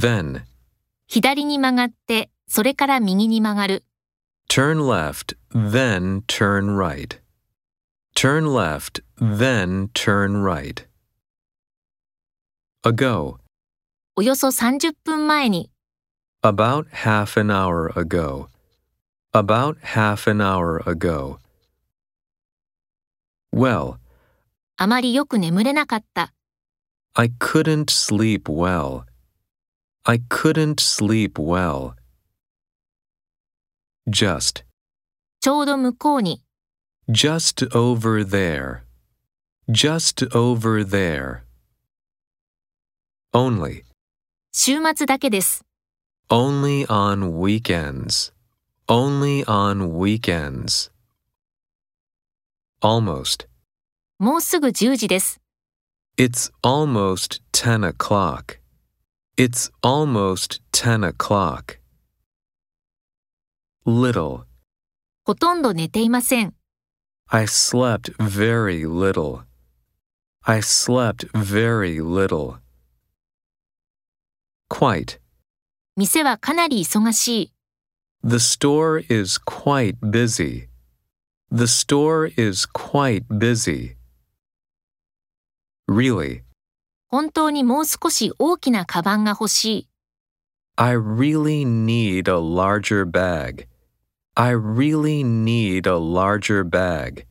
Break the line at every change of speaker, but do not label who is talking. Then,
左に曲がって、それから右に曲がる。
turn left, then turn right. Turn left, then turn right. Ago,
およそ30分前に、
about half an hour ago. About half an hour ago. Well,
あまりよく眠れなかった。
I couldn't sleep well. I couldn't sleep well. Just,
ちょうど向こうに、
just over there. Just over there. Only,
週末だけです。
only on weekends. Only on weekends. Almost.
もうすぐ10時です。
It's almost 10 o'clock. It's almost 10 o'clock. Little.
ほとんど寝ていません。
I slept very little. I slept very little. Quite.
店はかなり忙しい。
The store is quite busy. The store is quite busy. Really.
本当にもう少し大きなカバンが欲しい。
I really need a larger bag. I really need a larger bag.